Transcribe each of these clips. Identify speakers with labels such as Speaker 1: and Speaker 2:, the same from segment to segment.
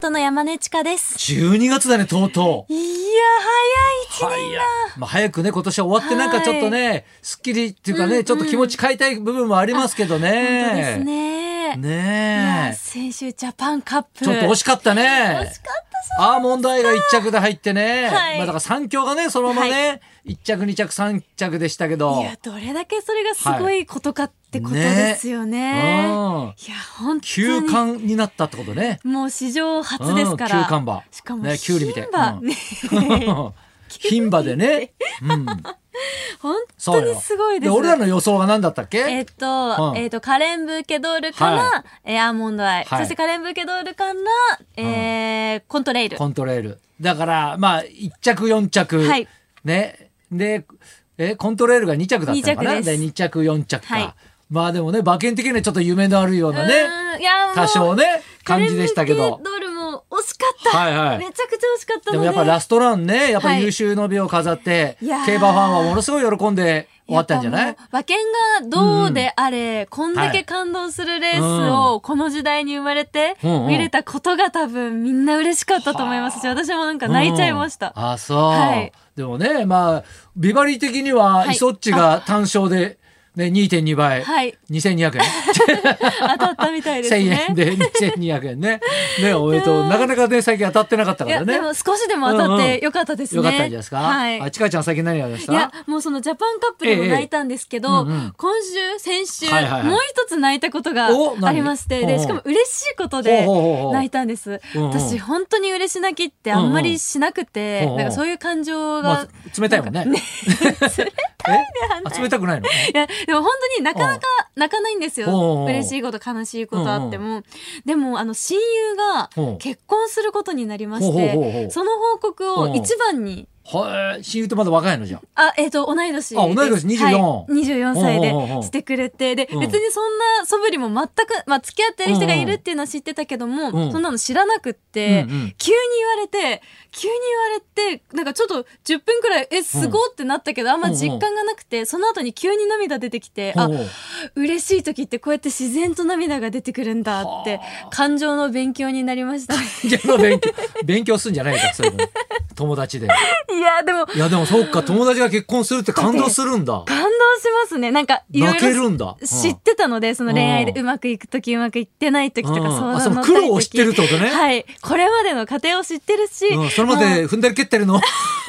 Speaker 1: トの山根千佳です。
Speaker 2: 12月だね、とうとう。
Speaker 1: いや、早い一年だ。
Speaker 2: まあ、早くね、今年は終わって、なんかちょっとね、すっきりっていうかね、ちょっと気持ち変えたい部分もありますけどね。
Speaker 1: 本当ですね。いや
Speaker 2: ね
Speaker 1: 先週ジャパンカッ
Speaker 2: え。
Speaker 1: プ。
Speaker 2: ちょっと惜しかったね。
Speaker 1: 惜しかったそう
Speaker 2: アーモンドアイが1着で入ってね。
Speaker 1: はい
Speaker 2: まあだから3強がね、そのままね、1着、2着、3着でしたけど
Speaker 1: い。や、どれだけそれがすごいことかってことですよね。
Speaker 2: うん
Speaker 1: いや、本当
Speaker 2: 休
Speaker 1: に。
Speaker 2: 館になったってことね。
Speaker 1: もう史上初ですから。
Speaker 2: うん、休館馬。
Speaker 1: しかも、
Speaker 2: ね、キュウリみたい。
Speaker 1: 牝馬
Speaker 2: うん
Speaker 1: ね
Speaker 2: 牝馬でね。うん。
Speaker 1: 本
Speaker 2: そ
Speaker 1: 当
Speaker 2: うよ
Speaker 1: にすごいです。
Speaker 2: で、俺らの予想は何だったっけ
Speaker 1: えっと、
Speaker 2: うん
Speaker 1: えっと、カレンブーケドールから、
Speaker 2: は
Speaker 1: えーアーモンドアイ、
Speaker 2: はい
Speaker 1: そしてカレンブーケドールから、えーコントレイル。
Speaker 2: コントレール。だから、まあ、1着、4着。
Speaker 1: はい
Speaker 2: ね。で、え、コントレールが2着だったのかな
Speaker 1: 二着です
Speaker 2: 2着、4着か。
Speaker 1: はい
Speaker 2: まあでもね、馬券的にはちょっと夢のあるような
Speaker 1: う
Speaker 2: ね、
Speaker 1: ーんいやもう
Speaker 2: 多少ね、感じでしたけ
Speaker 1: カレン
Speaker 2: ど
Speaker 1: ブーケ。ドールも惜しかった。
Speaker 2: はいはい
Speaker 1: めちゃくちゃ惜しかったので。
Speaker 2: でもやっぱラストランね、やっぱ
Speaker 1: はい
Speaker 2: 優秀の美を飾って、
Speaker 1: いやー
Speaker 2: 競馬ファンはものすごい喜んで終わったんじゃな
Speaker 1: や
Speaker 2: い
Speaker 1: っぱもう馬券がどうであれ、こんだけ感動するレース
Speaker 2: は
Speaker 1: をこの時代に生まれて
Speaker 2: うんうん
Speaker 1: 見れたことが多分みんな嬉しかったと思いますし、私もなんか泣いちゃいました。
Speaker 2: うんあ、そう。
Speaker 1: はい
Speaker 2: でもね、まあ、ビバリー的には、
Speaker 1: はい
Speaker 2: イソッチが単勝で、ね、2.2倍。
Speaker 1: はい。
Speaker 2: 2200円。
Speaker 1: 当たったみたいです
Speaker 2: 1000
Speaker 1: ね。
Speaker 2: 円で2200 円ね。ね、おめでとう。なかなかね、最近当たってなかった
Speaker 1: い
Speaker 2: から
Speaker 1: や、
Speaker 2: ね。
Speaker 1: で
Speaker 2: よか
Speaker 1: も少しでも当たってよかったですね。
Speaker 2: ったんじゃないですか。
Speaker 1: はい。
Speaker 2: あ、ちかちゃん最近何やりまし
Speaker 1: いや
Speaker 2: た、
Speaker 1: もうそのジャパンカップでも泣いたんですけど、
Speaker 2: ええうんうん
Speaker 1: 今週、先週、
Speaker 2: はいはいはい
Speaker 1: もう一つ泣いたことが
Speaker 2: お何
Speaker 1: ありまして、
Speaker 2: うんう
Speaker 1: で、
Speaker 2: ん
Speaker 1: しかも嬉しいことで
Speaker 2: ほうほうほうほう
Speaker 1: 泣いたんです。
Speaker 2: うんうん
Speaker 1: 私、本当に嬉し泣きってあんまりしなくて、
Speaker 2: うんうん
Speaker 1: なんかそういう感情
Speaker 2: ま
Speaker 1: が、
Speaker 2: あ、冷たいもんね。 えあ冷たくないの
Speaker 1: いや、でも本当になかなか泣かないんです
Speaker 2: おうおうお
Speaker 1: よ。
Speaker 2: う
Speaker 1: 嬉しいこと、悲しいことあっても。でも、あの、親友が
Speaker 2: うん
Speaker 1: 結婚することになりまし
Speaker 2: ほうほうほうほ
Speaker 1: て、
Speaker 2: う
Speaker 1: その報告を一番に、
Speaker 2: はい。親友ってまだ若いのじゃん。
Speaker 1: あ、えっ、と、同い年です。
Speaker 2: あ同い年24
Speaker 1: はい、24歳
Speaker 2: おうおうおうおう
Speaker 1: でしてくれて、で、
Speaker 2: うん
Speaker 1: 別にそんな素振りも全く、まあ、付き合ってる人がいるっていうのは知ってたけども、
Speaker 2: うんうん
Speaker 1: そんなの知らなくって、
Speaker 2: うんうん
Speaker 1: 急に言われて、急に言われて、なんかちょっと10分くらい、え、すごってなったけど、あんま実感がなくて、その後に急に涙出てきて、あ
Speaker 2: ほう、ほう
Speaker 1: 嬉しい時ってこうやって自然と涙が出てくるんだって
Speaker 2: は、
Speaker 1: 感情の勉強になりま した。い
Speaker 2: じゃあ勉強、勉強するんじゃないか、そういうの。友 達で。
Speaker 1: や、でも、
Speaker 2: いや、でもそっか、友達が結婚するって感動するんだ。
Speaker 1: 感動しますね。なん か、いろい
Speaker 2: 泣
Speaker 1: ろ。
Speaker 2: けるんだ。うん
Speaker 1: 知ってたので、その恋愛で
Speaker 2: うん
Speaker 1: うまくいくとき、うまくいってないときと
Speaker 2: うん
Speaker 1: か、相
Speaker 2: あそ
Speaker 1: 談
Speaker 2: の
Speaker 1: の
Speaker 2: 苦労を知ってるっ
Speaker 1: と
Speaker 2: てことね。
Speaker 1: はい。これまでの過程を知ってるし、
Speaker 2: うん、それま
Speaker 1: まあ
Speaker 2: で踏んだり蹴っ たりの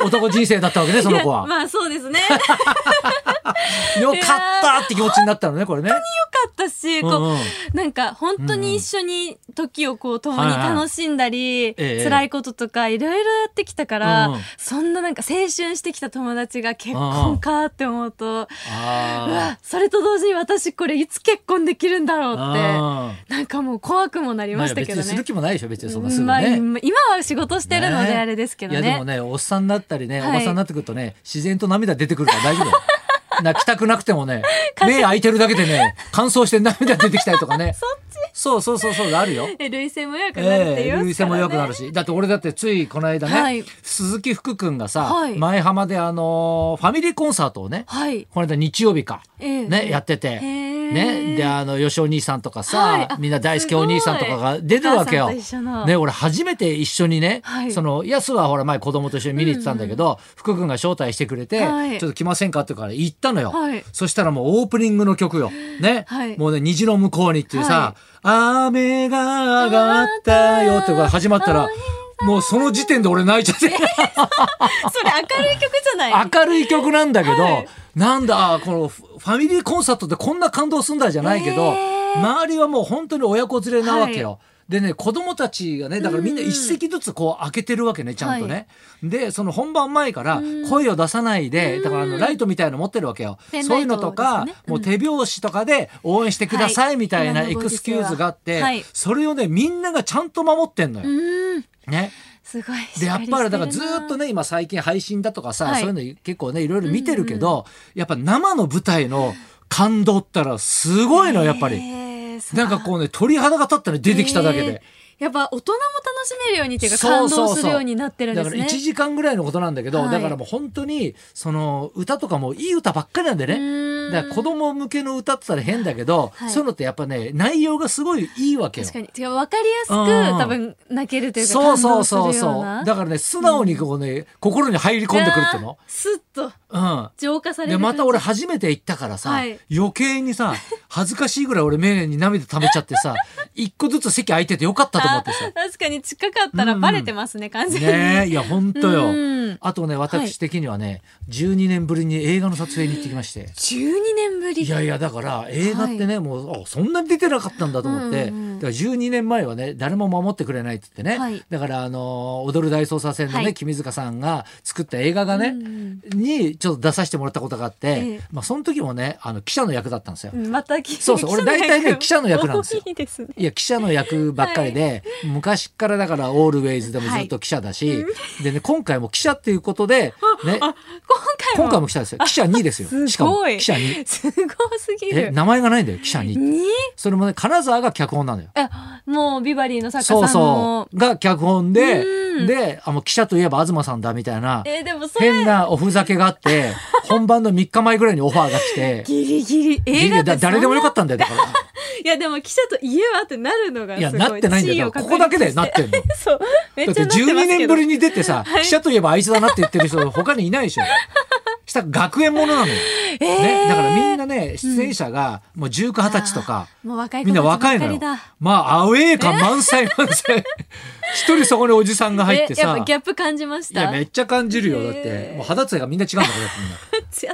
Speaker 2: 男人生だったわけね、その子
Speaker 1: いや
Speaker 2: は。
Speaker 1: まあそうです ね。よか
Speaker 2: よかったって気持ちになったのね、これね。
Speaker 1: ったし、
Speaker 2: うん
Speaker 1: こ
Speaker 2: うん
Speaker 1: う、なんか本当に一緒に時をこう共に
Speaker 2: はいはい
Speaker 1: 楽しんだり、
Speaker 2: ええ
Speaker 1: 辛いこととかいろいろやってきたから、
Speaker 2: うんうん
Speaker 1: そんななんか青春してきた友達が結婚かって思うと、う
Speaker 2: あ
Speaker 1: わ、それと同時に私これいつ結婚できるんだろうっ
Speaker 2: あ。うん
Speaker 1: て、なんかもう怖くもなり
Speaker 2: ま
Speaker 1: ま
Speaker 2: あ
Speaker 1: したけ
Speaker 2: 別
Speaker 1: ど
Speaker 2: に
Speaker 1: ね。
Speaker 2: する気もないでしょ、別にそんなすぐ
Speaker 1: まあ、
Speaker 2: ね。
Speaker 1: 今は仕事してるので
Speaker 2: ね
Speaker 1: あれですけどね。
Speaker 2: いやでもね、おっさんになったりね、
Speaker 1: はい
Speaker 2: おばさんになってくるとね、自然と涙出てくるから大 丈夫だよ。泣きたくなくてもね、
Speaker 1: 勝手
Speaker 2: 目開いてるだけでね、乾燥して涙出てきたりと かね。そっちそうそうそうそう、あるよ。
Speaker 1: え涙腺も弱くなるって
Speaker 2: え
Speaker 1: 言
Speaker 2: え
Speaker 1: い
Speaker 2: 涙
Speaker 1: ますか
Speaker 2: 腺
Speaker 1: ら、ね。
Speaker 2: も良くなるし。だって俺だってついこの間ね、
Speaker 1: はい
Speaker 2: 鈴木福君がさ、
Speaker 1: はい
Speaker 2: 前浜であのーファミリーコンサートをね、
Speaker 1: はい。
Speaker 2: この間日曜日か、
Speaker 1: ええ
Speaker 2: ね、やってて、
Speaker 1: へえ
Speaker 2: ね、で、あの、よしお兄さんとかさ、
Speaker 1: はいあ
Speaker 2: みんな大好きお兄さんとかが
Speaker 1: すごい
Speaker 2: 出てるわけ
Speaker 1: お母
Speaker 2: よ。
Speaker 1: さんと一緒の
Speaker 2: ね、俺初めて一緒にね、
Speaker 1: はい
Speaker 2: その、やすはほら前子供と一緒に見に行ってたんだけど、福君が招待してくれて、
Speaker 1: はい
Speaker 2: ちょっと来ませんかって言うから行ったのよ、
Speaker 1: はい
Speaker 2: そしたらもうオープニングの曲よ。ね、
Speaker 1: はい
Speaker 2: もうね、虹の向こうにっていうさ、雨が上がったよってが始まったら、もうその時点で俺泣いちゃって。
Speaker 1: それ明るい曲じゃない。
Speaker 2: 明るい曲なんだけど、
Speaker 1: はい
Speaker 2: なんだあこのフファミリーコンサートってこんな感動するんだじゃないけど、
Speaker 1: へー
Speaker 2: 周りはもう本当に親子連れなわけよ。でね子供たちがねだからみんな一席ずつこう開けてるわけねちゃんとね。でその本番前から声を出さないで、だからあのライトみたいの持ってるわけよ。
Speaker 1: ペンライト
Speaker 2: そういうのとか、
Speaker 1: ですねうん
Speaker 2: もう手拍子とかで応援してくださ
Speaker 1: はい
Speaker 2: いみたいな
Speaker 1: 今の
Speaker 2: エ
Speaker 1: ご
Speaker 2: ク
Speaker 1: 時
Speaker 2: ス
Speaker 1: 世
Speaker 2: キ
Speaker 1: は
Speaker 2: ューズがあって、
Speaker 1: はい
Speaker 2: それをねみんながちゃんと守ってんのよ。
Speaker 1: うん。
Speaker 2: ね。
Speaker 1: すごい。
Speaker 2: でやっぱりだからずーっと
Speaker 1: ね。
Speaker 2: ね今最近配信だとかさ、
Speaker 1: はい
Speaker 2: そういうの結構ねいろいろ見てるけど、やっぱ生の舞台の感動ったらすごいのやっぱり、
Speaker 1: えーそう
Speaker 2: なんかこうね鳥肌が立ったね出てきただけで、
Speaker 1: えーやっぱ大人も楽しめるようにっていうか
Speaker 2: そう
Speaker 1: 感
Speaker 2: そうそ
Speaker 1: 動
Speaker 2: う
Speaker 1: するようになってるんで
Speaker 2: だか
Speaker 1: す
Speaker 2: ら
Speaker 1: ね。
Speaker 2: 1時間ぐらいのことなんだけど、
Speaker 1: はい
Speaker 2: だからもう本当にその歌とかもいい歌ばっかりなんで
Speaker 1: う
Speaker 2: ね
Speaker 1: ーん
Speaker 2: だから子供向けの歌って言ったら変だけど、
Speaker 1: はい
Speaker 2: そういうのってやっぱね内容がすごいいいわけよ
Speaker 1: 確。かに違う分かりやすく
Speaker 2: うん
Speaker 1: 多分泣けるというか
Speaker 2: そう
Speaker 1: 感
Speaker 2: そう
Speaker 1: 動するよ
Speaker 2: そううそ
Speaker 1: な
Speaker 2: うだからね素直にこうね、心に入り込んでくるっていうの。
Speaker 1: スッと
Speaker 2: うん
Speaker 1: 浄化され
Speaker 2: で
Speaker 1: る
Speaker 2: また
Speaker 1: 感じ
Speaker 2: 俺初めて行ったからさ、
Speaker 1: はい
Speaker 2: 余計 にさ恥ずかしいぐらい俺メガネに涙溜めちゃってさ一個ずつ席空いててよかったと思 ってさ
Speaker 1: 確かに近かったらバレてますね、完全に。
Speaker 2: ねえいや本当よ、
Speaker 1: うん
Speaker 2: あとね私的にはね、12年ぶりに映画の撮影に行ってきまして
Speaker 1: 12年ぶり。
Speaker 2: いやいやだから映画ってね、もうあそんなに出てなかったんだと思って、
Speaker 1: うんうんうん
Speaker 2: だから12年前はね誰も守ってくれないって言ってね、
Speaker 1: はい
Speaker 2: だからあのー踊る大捜査線のね、
Speaker 1: はい
Speaker 2: 君塚さんが作った映画がね、
Speaker 1: うん
Speaker 2: にちょっと出させてもらったことがあって、
Speaker 1: ええ
Speaker 2: まあその時もねあの記者の役だったんですよ。
Speaker 1: うんまた記
Speaker 2: そうそう俺大体ね記者の役なんですよ
Speaker 1: 多いですね。
Speaker 2: いや記者の役ばっかりで、昔からだから「オールウェイズ」でもずっと記者だし、でね今回も記者っていうことで、ね、
Speaker 1: 今
Speaker 2: 今
Speaker 1: 回
Speaker 2: 回
Speaker 1: も
Speaker 2: も記者ですよ記者2ですよ
Speaker 1: すごい
Speaker 2: しかも記者2
Speaker 1: すごすぎ
Speaker 2: え
Speaker 1: る。
Speaker 2: 名前がないんだよ記者2
Speaker 1: に
Speaker 2: それもね金沢が脚本なのよ
Speaker 1: あもうビバリーの作
Speaker 2: そう
Speaker 1: 家さん
Speaker 2: そ
Speaker 1: の。
Speaker 2: うが脚本で
Speaker 1: うん
Speaker 2: であもう記者といえば東さんだみたいな
Speaker 1: えでもそれ
Speaker 2: 変なおふざけがあって本番の3日前ぐらいにオファーが 来て
Speaker 1: ギリギリ映画って
Speaker 2: だ誰でもよかったんだよだか
Speaker 1: いやでも記者と言えばってなるのが
Speaker 2: ら
Speaker 1: すごい。
Speaker 2: いやなってないんだよだからここだけでなってんの。
Speaker 1: て。そうめっ
Speaker 2: だっ
Speaker 1: ちゃな
Speaker 2: て
Speaker 1: ってますけど。
Speaker 2: 12年ぶりに出てさ、
Speaker 1: はい
Speaker 2: 記者といえばあいつだなって言ってる人他にいないでしょ。 したら学園ものなのよ、
Speaker 1: えー
Speaker 2: ね。だからみんなね出演者がもう19、20歳とか
Speaker 1: もう若い子
Speaker 2: みんな若い
Speaker 1: ば
Speaker 2: の
Speaker 1: っか
Speaker 2: よ
Speaker 1: りだ。。
Speaker 2: まあアウェー感満載満載。一人そこにおじさんが入って
Speaker 1: えやっ
Speaker 2: さ
Speaker 1: ぱ。ギャップ感じまし
Speaker 2: い
Speaker 1: た。
Speaker 2: やめっちゃ感じるよだって、
Speaker 1: えー
Speaker 2: もう肌つやがみんな違うんだからだってみん な。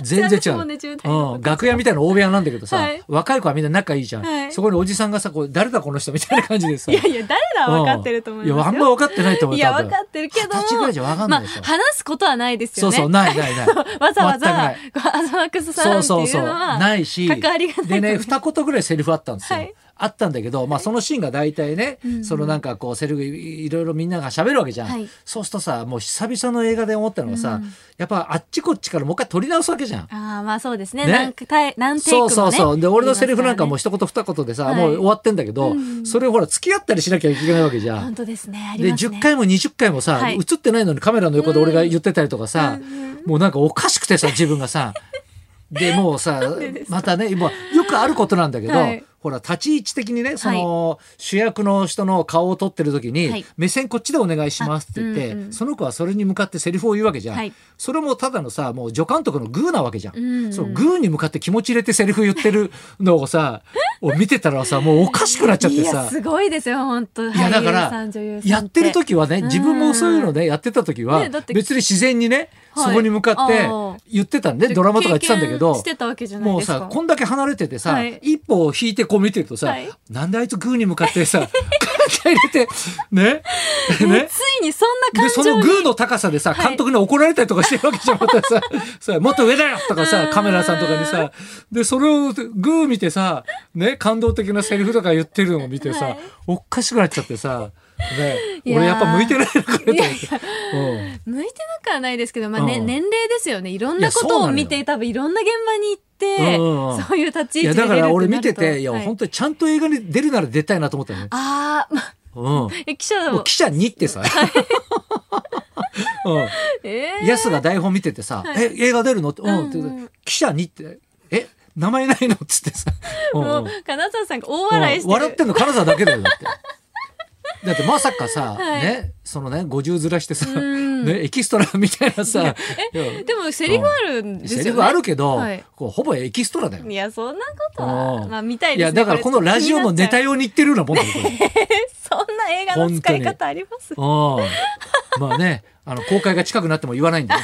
Speaker 2: 全然違う。
Speaker 1: うん。
Speaker 2: ん、楽屋みたいな大部屋なんだけどさ、
Speaker 1: はい
Speaker 2: 若い子はみんな仲いいじゃん、
Speaker 1: はい
Speaker 2: そこにおじさんがさこう誰だこの人みたいな感じでさ
Speaker 1: いやいや、誰だ分かってると思います
Speaker 2: やあんま
Speaker 1: よ。
Speaker 2: 分かってないと思う
Speaker 1: いや、
Speaker 2: 多分
Speaker 1: 分かってるけど
Speaker 2: 二十歳ぐらい
Speaker 1: も。
Speaker 2: じゃ分かん
Speaker 1: ま
Speaker 2: ない
Speaker 1: あ
Speaker 2: でしょ、、
Speaker 1: 話すことはないですよ
Speaker 2: そう
Speaker 1: ね。
Speaker 2: そうないないない
Speaker 1: わざわ
Speaker 2: 全くな
Speaker 1: ざ
Speaker 2: い、
Speaker 1: こうアズマック スさん
Speaker 2: そう
Speaker 1: ってい
Speaker 2: そうそうう
Speaker 1: のは、
Speaker 2: ないし
Speaker 1: 関わりがない
Speaker 2: でね二言ぐらいセリフあったんですよ、
Speaker 1: はい
Speaker 2: あったんだけど、まあ、そのシーンが大体ね、
Speaker 1: うん
Speaker 2: そのなんかこうセリフいろいろみんなが喋るわけじゃん、
Speaker 1: はい
Speaker 2: そうするとさもう久々の映画で思ったのがさ、
Speaker 1: うん
Speaker 2: やっぱあっちこっちからもう一回撮り直すわけじゃん。
Speaker 1: ああ、まあそうですね。
Speaker 2: ね
Speaker 1: 何回、何テイク
Speaker 2: そ
Speaker 1: も、
Speaker 2: う
Speaker 1: ね。
Speaker 2: そうそうで俺のセリフなんかもう
Speaker 1: あり
Speaker 2: 一言二言でさ、
Speaker 1: はい
Speaker 2: もう終わってんだけど、
Speaker 1: うん
Speaker 2: それをほら付き合ったりしなきゃいけないわけじゃ
Speaker 1: ますからね。本。
Speaker 2: ん
Speaker 1: 当ですね。あり
Speaker 2: で
Speaker 1: ますね。
Speaker 2: 10回も20回もさ、
Speaker 1: はい
Speaker 2: 映ってないのにカメラの横で俺が言ってたりとかさ、もうなんかおかしくてさ自分がさでも うさ
Speaker 1: でですか
Speaker 2: またね今よくあることなんだけど、
Speaker 1: はい
Speaker 2: ほら立ち位置的にねその、主役の人の顔を撮ってる時に、
Speaker 1: はい
Speaker 2: 目線こっちでお願いしますって言って、
Speaker 1: あうんうん
Speaker 2: その子はそれに向かってセリフを言うわけじゃん、
Speaker 1: はい
Speaker 2: それもただのさもう助監督のグーなわけじゃん、
Speaker 1: うんうん
Speaker 2: そのグーに向かって気持ち入れてセリフ言ってるのをさを見てたらさもうおかしくなっちゃっ
Speaker 1: い
Speaker 2: て
Speaker 1: や、
Speaker 2: さ。
Speaker 1: すごいですよ、本当
Speaker 2: いやだから
Speaker 1: 俳優さん女優さん
Speaker 2: やってる時はね
Speaker 1: ん
Speaker 2: 自分もそういうのねやってた時は
Speaker 1: ねだって
Speaker 2: 別に自然にね
Speaker 1: はい
Speaker 2: そこに向かって
Speaker 1: あー
Speaker 2: 言ってたんでドラマとかやってたんだけ
Speaker 1: 経験
Speaker 2: ど
Speaker 1: してたわけじゃない
Speaker 2: もう
Speaker 1: ですか。
Speaker 2: さこんだけ離れててさ
Speaker 1: はい
Speaker 2: 一歩を引いてこう見てるとさ
Speaker 1: はい
Speaker 2: なんであいつグーに向かってさ 肩入れて ね
Speaker 1: ね
Speaker 2: ね
Speaker 1: ついにそんな
Speaker 2: で
Speaker 1: 感
Speaker 2: そ
Speaker 1: 情
Speaker 2: の
Speaker 1: に
Speaker 2: グーの高さでさ
Speaker 1: はい
Speaker 2: 監督に怒られたりとかしてるわけじゃんま たささもっと上だよとか
Speaker 1: う
Speaker 2: さ
Speaker 1: ん
Speaker 2: カメラさんとかにさでそれをグー見てさね感動的なセリフとか言ってるのを見て
Speaker 1: は
Speaker 2: さ
Speaker 1: い
Speaker 2: おっかしくなっちゃってさね
Speaker 1: いやー
Speaker 2: 俺やっぱ向いてないのかなと思っ
Speaker 1: い
Speaker 2: て
Speaker 1: やいや
Speaker 2: うん
Speaker 1: 向いてなくはないですけど、まあね
Speaker 2: うん
Speaker 1: 年齢ですよねいろん
Speaker 2: いや
Speaker 1: な
Speaker 2: そ
Speaker 1: こ
Speaker 2: うなの
Speaker 1: と
Speaker 2: よ
Speaker 1: を見て多分いろんな現場に行って、
Speaker 2: うんうんうん
Speaker 1: そういう立ち
Speaker 2: い
Speaker 1: 位
Speaker 2: や
Speaker 1: 置で
Speaker 2: だ
Speaker 1: 出るってな
Speaker 2: か
Speaker 1: る
Speaker 2: ら
Speaker 1: と
Speaker 2: 俺見てていや
Speaker 1: はい
Speaker 2: 本当にちゃんと映画に出るなら出たいなと思ったのね
Speaker 1: あー、ま あ
Speaker 2: う
Speaker 1: え記者
Speaker 2: んもう
Speaker 1: も
Speaker 2: 記者にってさ うん
Speaker 1: えー
Speaker 2: ヤスが台本見ててさ「え映画出るの?」って「うん」って
Speaker 1: うんうん
Speaker 2: 記者に」って「え名前ないの?」っつってさ「う ん
Speaker 1: も
Speaker 2: うん
Speaker 1: う金沢さんが大笑いしてる、
Speaker 2: 笑ってんの金沢だけだよ だって。だってまさかさ、
Speaker 1: はい
Speaker 2: ねそのね50ずらしてさ、
Speaker 1: ん
Speaker 2: ね、エキストラみたいなさいや
Speaker 1: でもセリフあるんですよ
Speaker 2: セ
Speaker 1: ね
Speaker 2: リフあるけど、
Speaker 1: はい
Speaker 2: こうほぼエキストラだよ。
Speaker 1: いやそんなこと
Speaker 2: う
Speaker 1: は
Speaker 2: ん
Speaker 1: まあ見たい
Speaker 2: い
Speaker 1: ですね
Speaker 2: やだからこのラジオのネタ
Speaker 1: よ
Speaker 2: 用に言ってるようなもんだよこれ。
Speaker 1: そんな映画の使い方あります
Speaker 2: うんまあねあの公開が近くなっても言わないんだよ。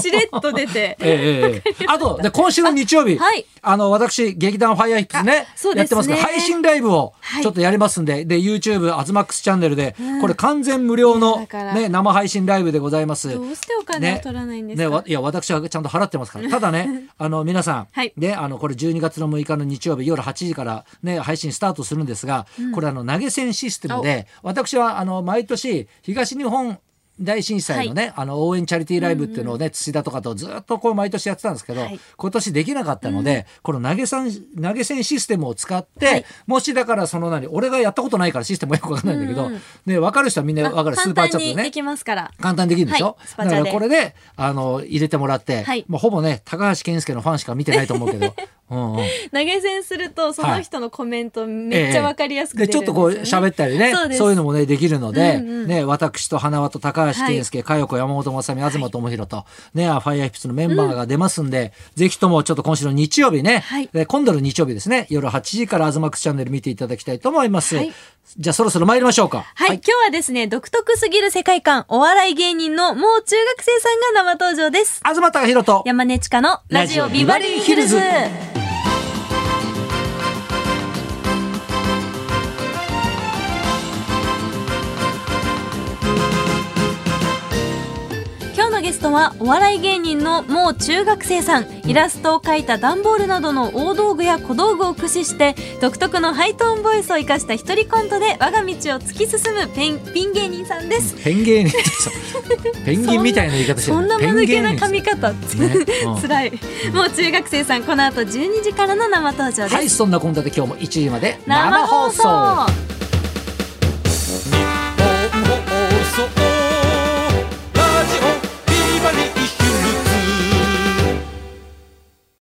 Speaker 1: しれっと出て
Speaker 2: ええええええあとで今週の日曜日あ,、
Speaker 1: はい
Speaker 2: の私劇団ファイアーヒップスね
Speaker 1: あそうですね
Speaker 2: やってますが配信ライブを
Speaker 1: はい
Speaker 2: ちょっとやりますんで、で YouTube アズマックスチャンネルで、これ完全無料
Speaker 1: いや
Speaker 2: の
Speaker 1: だから
Speaker 2: ね生配信ライブでございます。
Speaker 1: どうしてお金を取らないんです
Speaker 2: ね
Speaker 1: か、
Speaker 2: わいや私はちゃんと払ってま すからただねあの皆さん、
Speaker 1: はい
Speaker 2: ねあのこれ12月の6日の日曜日夜8時から、ね、配信スタートするんですが、これあの投げ銭システムで私はあの毎年東日本大震災のね、あの応援チャリティーライブっていうのをね、土田とかとずっとこう毎年やってたんですけど、
Speaker 1: はい
Speaker 2: 今年できなかったので、この投げさん投げ銭システムを使って、
Speaker 1: はい
Speaker 2: もしだからその何俺がやったことないからシステムはよくわかんないんだけ
Speaker 1: う
Speaker 2: ど、
Speaker 1: んうん
Speaker 2: ね分かる人はみんな
Speaker 1: あ
Speaker 2: 分かるスーパーチ
Speaker 1: 簡単
Speaker 2: ャットで
Speaker 1: に
Speaker 2: ね
Speaker 1: できますから。
Speaker 2: 簡単にできるでしょ
Speaker 1: は、いスパ
Speaker 2: だ
Speaker 1: チャ
Speaker 2: か
Speaker 1: で
Speaker 2: らこれであの入れてもらって、
Speaker 1: はい
Speaker 2: まあ、ほぼね高橋健介のファンしか見てないと思う けどうん、うん、
Speaker 1: 投げ銭すると、その人のコメントめっちゃわかりやすく
Speaker 2: で
Speaker 1: 出るん
Speaker 2: ちょっとこう
Speaker 1: ですよね
Speaker 2: 喋ったりね
Speaker 1: そ
Speaker 2: そうう
Speaker 1: です
Speaker 2: いうのもねできるので、
Speaker 1: うんうん
Speaker 2: ね、私と花輪と高橋健介、佳代子山本雅美東智弘と、ね、アファイアヒプスのメンバーが出ますんで、ぜひともちょっと今週の日曜日ね、
Speaker 1: はい
Speaker 2: で今度の日曜日ですね夜8時から「アズマックスチャンネル」見ていただきたいと思います、
Speaker 1: はい
Speaker 2: じゃあそろそろ参りましょうか
Speaker 1: はい、今日はですね、独特すぎる世界観、お笑い芸人のもう中学生さんが生登場です。
Speaker 2: 東貴弘と
Speaker 1: 山根千佳のラジオビバリーヒルズ。
Speaker 2: ラジオビバリ
Speaker 1: 今日のゲストはお笑い芸人のもう中学生さんイラストを描いた段ボールなどの大道具や小道具を駆使して独特のハイトーンボイスを生かした一人コントで我が道を突き進むペンピン芸人さんです
Speaker 2: ペン芸人ってさペンギンみたいな言い方してる
Speaker 1: そんな間
Speaker 2: ペン
Speaker 1: 抜け
Speaker 2: 芸人
Speaker 1: な
Speaker 2: です
Speaker 1: 髪型、つ
Speaker 2: ねうん
Speaker 1: 辛いもう中学生さんこの後12時からの生登場です、
Speaker 2: はいそんな献立今日も1時まで
Speaker 1: 生放送